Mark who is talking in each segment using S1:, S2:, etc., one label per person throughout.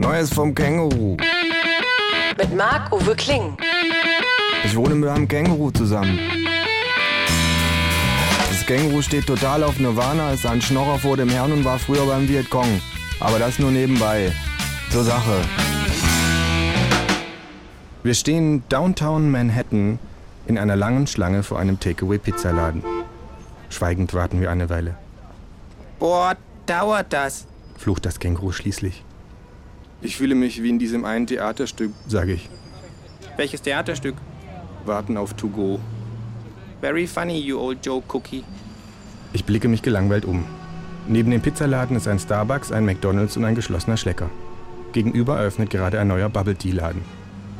S1: Neues vom Känguru.
S2: Mit Marc-Uwe Kling.
S1: Ich wohne mit einem Känguru zusammen. Das Känguru steht total auf Nirvana, ist ein Schnorrer vor dem Herrn und war früher beim Vietcong. Aber das nur nebenbei. Zur Sache. Wir stehen downtown Manhattan in einer langen Schlange vor einem Takeaway-Pizzaladen. Schweigend warten wir eine Weile.
S3: Boah, dauert das.
S1: flucht das Känguru schließlich. Ich fühle mich wie in diesem einen Theaterstück, sage ich.
S3: Welches Theaterstück?
S1: Warten auf To Go.
S3: Very funny, you old Joe Cookie.
S1: Ich blicke mich gelangweilt um. Neben dem Pizzaladen ist ein Starbucks, ein McDonald's und ein geschlossener Schlecker. Gegenüber eröffnet gerade ein neuer Bubble Tea Laden,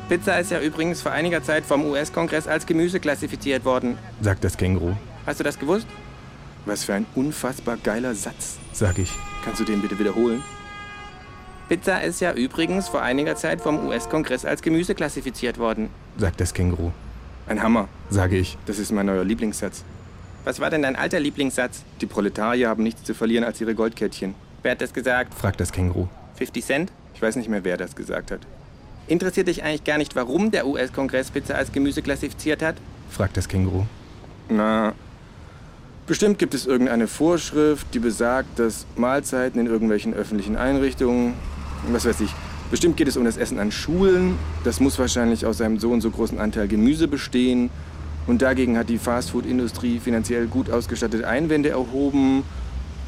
S3: Pizza ist ja übrigens vor einiger Zeit vom US-Kongress als Gemüse klassifiziert worden.
S1: sagt das Känguru.
S3: Hast du das gewusst?
S1: Was für ein unfassbar geiler Satz, sag ich. Kannst du den bitte wiederholen?
S3: Pizza ist ja übrigens vor einiger Zeit vom US-Kongress als Gemüse klassifiziert worden.
S1: sagt das Känguru.
S3: Ein Hammer.
S1: Sage ich,
S3: Das ist mein neuer Lieblingssatz. Was war denn dein alter Lieblingssatz?
S1: die Proletarier haben nichts zu verlieren als ihre Goldkettchen,
S3: Wer hat das gesagt?
S1: fragt das Känguru.
S3: 50 Cent?
S1: Ich weiß nicht mehr, wer das gesagt hat,
S3: Interessiert dich eigentlich gar nicht, warum der US-Kongress Pizza als Gemüse klassifiziert hat?
S1: fragt das Känguru.
S3: Na,
S1: Bestimmt gibt es irgendeine Vorschrift, die besagt, dass Mahlzeiten in irgendwelchen öffentlichen Einrichtungen, was weiß ich, bestimmt geht es um das Essen an Schulen, das muss wahrscheinlich aus einem so und so großen Anteil Gemüse bestehen und dagegen hat die Fastfood-Industrie finanziell gut ausgestattete Einwände erhoben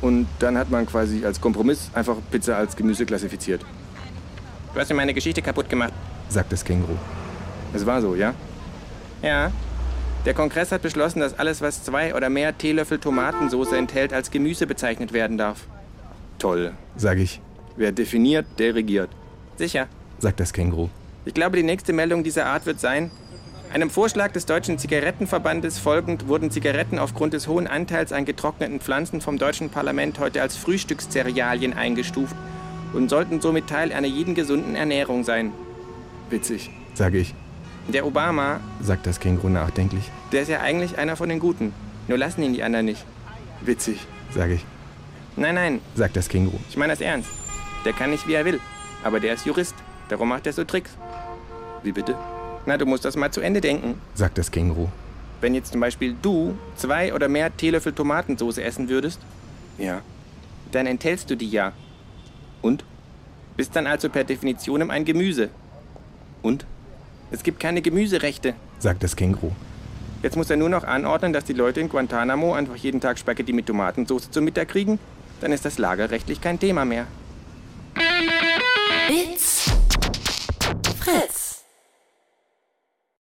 S1: und dann hat man quasi als Kompromiss einfach Pizza als Gemüse klassifiziert.
S3: du hast mir meine Geschichte kaputt gemacht.
S1: Sagt das Känguru. Es war so, ja?
S3: Ja. Der Kongress hat beschlossen, dass alles, was zwei oder mehr Teelöffel Tomatensauce enthält, als Gemüse bezeichnet werden darf.
S1: Toll, sage ich. Wer definiert, der regiert,
S3: Sicher.
S1: sagt das Känguru.
S3: Ich glaube, die nächste Meldung dieser Art wird sein. Einem Vorschlag des Deutschen Zigarettenverbandes folgend wurden Zigaretten aufgrund des hohen Anteils an getrockneten Pflanzen vom deutschen Parlament heute als Frühstückscerealien eingestuft und sollten somit Teil einer jeden gesunden Ernährung sein.
S1: Witzig, sage ich,
S3: Der Obama,
S1: sagt das Känguru nachdenklich.
S3: der ist ja eigentlich einer von den Guten. Nur lassen ihn die anderen nicht.
S1: Witzig, sage ich,
S3: Nein, nein,
S1: sagt das Känguru.
S3: ich meine das ernst. Der kann nicht, wie er will. Aber der ist Jurist. Darum macht er so Tricks.
S1: Wie bitte?
S3: Na, du musst das mal zu Ende denken.
S1: sagt das Känguru.
S3: Wenn jetzt zum Beispiel du zwei oder mehr Teelöffel Tomatensauce essen würdest,
S1: Ja.
S3: dann enthältst du die ja.
S1: Und?
S3: Bist dann also per Definitionem ein Gemüse.
S1: Und?
S3: Es gibt keine Gemüserechte.
S1: sagt das Känguru.
S3: Jetzt muss er nur noch anordnen, dass die Leute in Guantanamo einfach jeden Tag Spaghetti mit Tomatensauce zum Mittag kriegen. Dann ist das lagerrechtlich kein Thema mehr.
S2: It's Fritz.